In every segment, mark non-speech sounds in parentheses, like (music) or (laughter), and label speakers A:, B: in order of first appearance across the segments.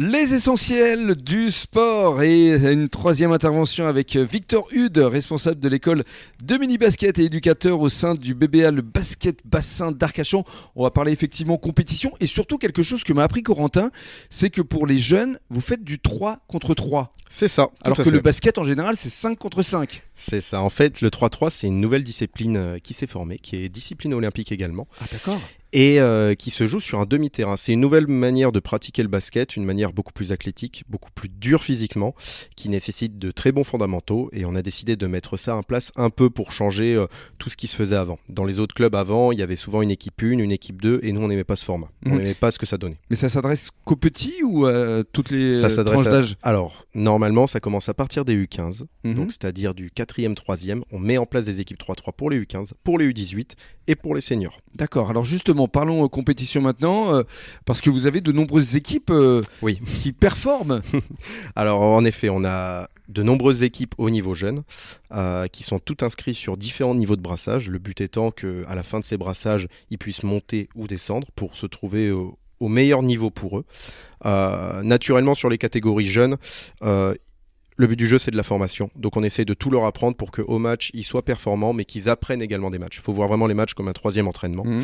A: Les essentiels du sport et une troisième intervention avec Victor Hude, responsable de l'école de mini-basket et éducateur au sein du BBA, le basket bassin d'Arcachon. On va parler effectivement compétition et surtout quelque chose que m'a appris Corentin, c'est que pour les jeunes, vous faites du 3 contre 3.
B: C'est ça.
A: Alors que
B: le
A: le basket en général, c'est 5 contre 5.
B: C'est ça. En fait, le 3-3, c'est une nouvelle discipline euh, qui s'est formée, qui est discipline olympique également,
A: Ah d'accord.
B: et euh, qui se joue sur un demi-terrain. C'est une nouvelle manière de pratiquer le basket, une manière beaucoup plus athlétique, beaucoup plus dure physiquement, qui nécessite de très bons fondamentaux. Et on a décidé de mettre ça en place un peu pour changer euh, tout ce qui se faisait avant. Dans les autres clubs avant, il y avait souvent une équipe 1, une équipe 2, et nous, on n'aimait pas ce format. On
A: Mhm.
B: n'aimait pas ce que ça donnait.
A: Mais ça s'adresse qu'aux petits ou à toutes les
B: Ça
A: euh,
B: s'adresse
A: tranches
B: à-
A: d'âge
B: Alors, normalement, ça commence à partir des U15.
A: Mhm.
B: donc c'est-à-dire du 4e, 3e. On met en place des équipes 3-3 pour les U15, pour les U18 et pour les seniors.
A: D'accord. Alors justement, parlons euh, compétition maintenant, euh, parce que vous avez de nombreuses équipes euh,
B: Oui.
A: qui
B: (laughs)
A: performent.
B: Alors en effet, on a de nombreuses équipes au niveau jeune euh, qui sont toutes inscrites sur différents niveaux de brassage. Le but étant que à la fin de ces brassages, ils puissent monter ou descendre pour se trouver au, au meilleur niveau pour eux. Euh, naturellement, sur les catégories jeunes, euh, le but du jeu, c'est de la formation. Donc, on essaie de tout leur apprendre pour qu'au match, ils soient performants, mais qu'ils apprennent également des matchs. Il faut voir vraiment les matchs comme un troisième entraînement.
A: Mmh.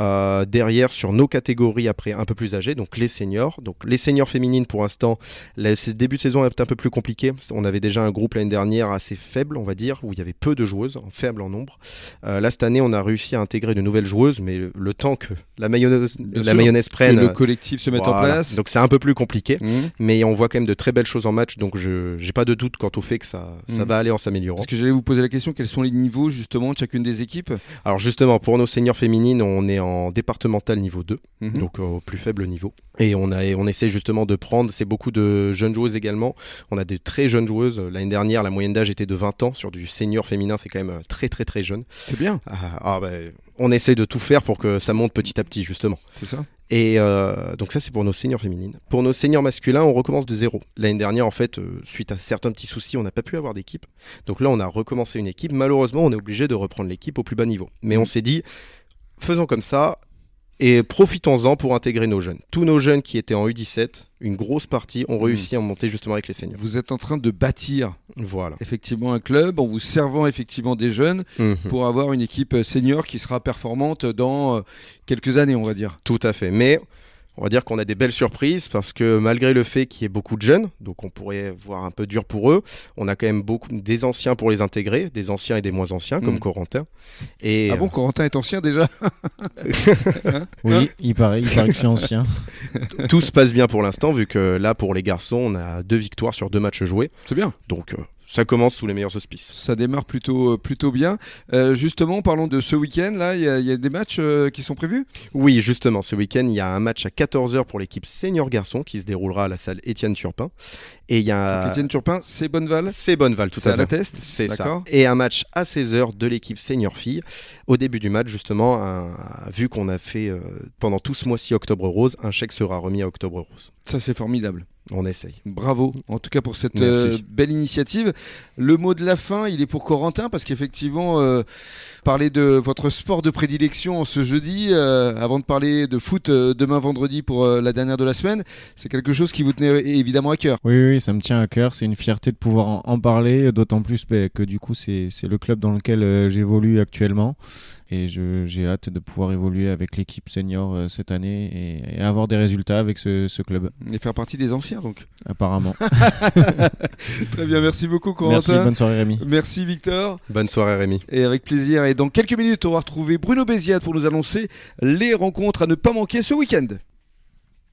B: Euh, derrière, sur nos catégories après un peu plus âgées, donc les seniors. Donc les seniors féminines pour l'instant, les- ces débuts de saison est un peu plus compliqué. On avait déjà un groupe l'année dernière assez faible, on va dire, où il y avait peu de joueuses, en faible en nombre. Euh, là, cette année, on a réussi à intégrer de nouvelles joueuses, mais le, le temps que la mayonnaise,
A: Bien
B: la
A: sûr,
B: mayonnaise
A: Que
B: prenne.
A: le
B: euh,
A: collectif se mette en
B: voilà.
A: place.
B: Donc mmh. c'est un peu plus compliqué,
A: Mhm.
B: mais on voit quand même de très belles choses en match, donc je n'ai pas de doute quant au fait que ça, ça
A: Mm.
B: va aller en s'améliorant.
A: Parce que j'allais vous poser la question, quels sont les niveaux justement de chacune des équipes
B: Alors justement, pour nos seniors féminines, on est en départemental niveau 2.
A: Mhm.
B: donc euh, au plus faible niveau. Et on, a, on essaie justement de prendre, c'est beaucoup de jeunes joueuses également. On a des très jeunes joueuses. L'année dernière, la moyenne d'âge était de 20 ans. Sur du senior féminin, c'est quand même euh, très très très jeune.
A: C'est bien,
B: Ah, ah, bah, on essaie de tout faire pour que ça monte petit à petit, justement.
A: c'est ça
B: Et euh, donc ça, c'est pour nos seniors féminines. Pour nos seniors masculins, on recommence de zéro. L'année dernière, en fait, euh, suite à certains petits soucis, on n'a pas pu avoir d'équipe. Donc là, on a recommencé une équipe. Malheureusement, on est obligé de reprendre l'équipe au plus bas niveau. Mais on s'est dit, faisons comme ça et profitons-en pour intégrer nos jeunes. Tous nos jeunes qui étaient en U17, une grosse partie, ont réussi à monter justement avec les seniors.
A: Vous êtes en train de bâtir
B: Voilà.
A: effectivement un club en vous servant effectivement des jeunes
B: Mhm.
A: pour avoir une équipe euh, senior qui sera performante dans euh, quelques années, on va dire.
B: Tout à fait. Mais on va dire qu'on a des belles surprises parce que malgré le fait qu'il y ait beaucoup de jeunes, donc on pourrait voir un peu dur pour eux, on a quand même beaucoup des anciens pour les intégrer, des anciens et des moins anciens
A: Mhm.
B: comme Corentin. Et
A: ah bon, Corentin est ancien déjà
C: Oui, il paraît, il paraît que je suis ancien.
B: euh, (laughs) tout se passe bien pour l'instant vu que là pour les garçons, on a deux victoires sur deux matchs joués.
A: C'est bien.
B: Donc euh, ça commence sous les meilleurs auspices.
A: Ça démarre plutôt, euh, plutôt bien. Euh, justement, parlons de ce week-end. Là, il y, a- il y a des matchs euh, qui sont prévus.
B: Oui, justement, ce week-end, il y a un match à 14h pour l'équipe senior garçon qui se déroulera à la salle Étienne Turpin. Et il y a...
A: Donc, Étienne Turpin, c'est Bonneval.
B: C'est Bonneval, tout
A: C'est
B: à
A: Ah. à la
B: fait.
A: test.
B: C'est ça.
A: D'accord.
B: Et un match à 16h de l'équipe senior fille. Au début du match, justement, un- vu qu'on a fait euh, pendant tout ce mois-ci Octobre Rose, un chèque sera remis à Octobre Rose.
A: Ça, c'est formidable.
B: On essaye.
A: Bravo, en tout cas pour cette
B: Merci.
A: euh, belle initiative. Le mot de la fin, il est pour Corentin, parce qu'effectivement, euh, parler de votre sport de prédilection ce jeudi, euh, avant de parler de foot euh, demain vendredi pour euh, la dernière de la semaine, c'est quelque chose qui vous tenait euh, évidemment à cœur.
C: (laughs) Oui, oui, ça me tient à cœur. C'est une fierté de pouvoir en, en parler, d'autant plus bah, que du coup, c'est c'est le club dans lequel euh, j'évolue actuellement. Et je- j'ai hâte de pouvoir évoluer avec l'équipe senior euh, cette année et, et avoir des résultats avec ce, ce club,
A: Et faire partie des anciens, donc.
C: apparemment.
A: Très bien, merci beaucoup,
C: Merci,
A: Corentin.
C: bonne soirée Rémi.
A: Merci Victor
B: Bonne soirée, Rémi.
A: et avec plaisir et dans quelques minutes on va retrouver Bruno Béziade pour nous annoncer les rencontres à ne pas manquer ce week-end.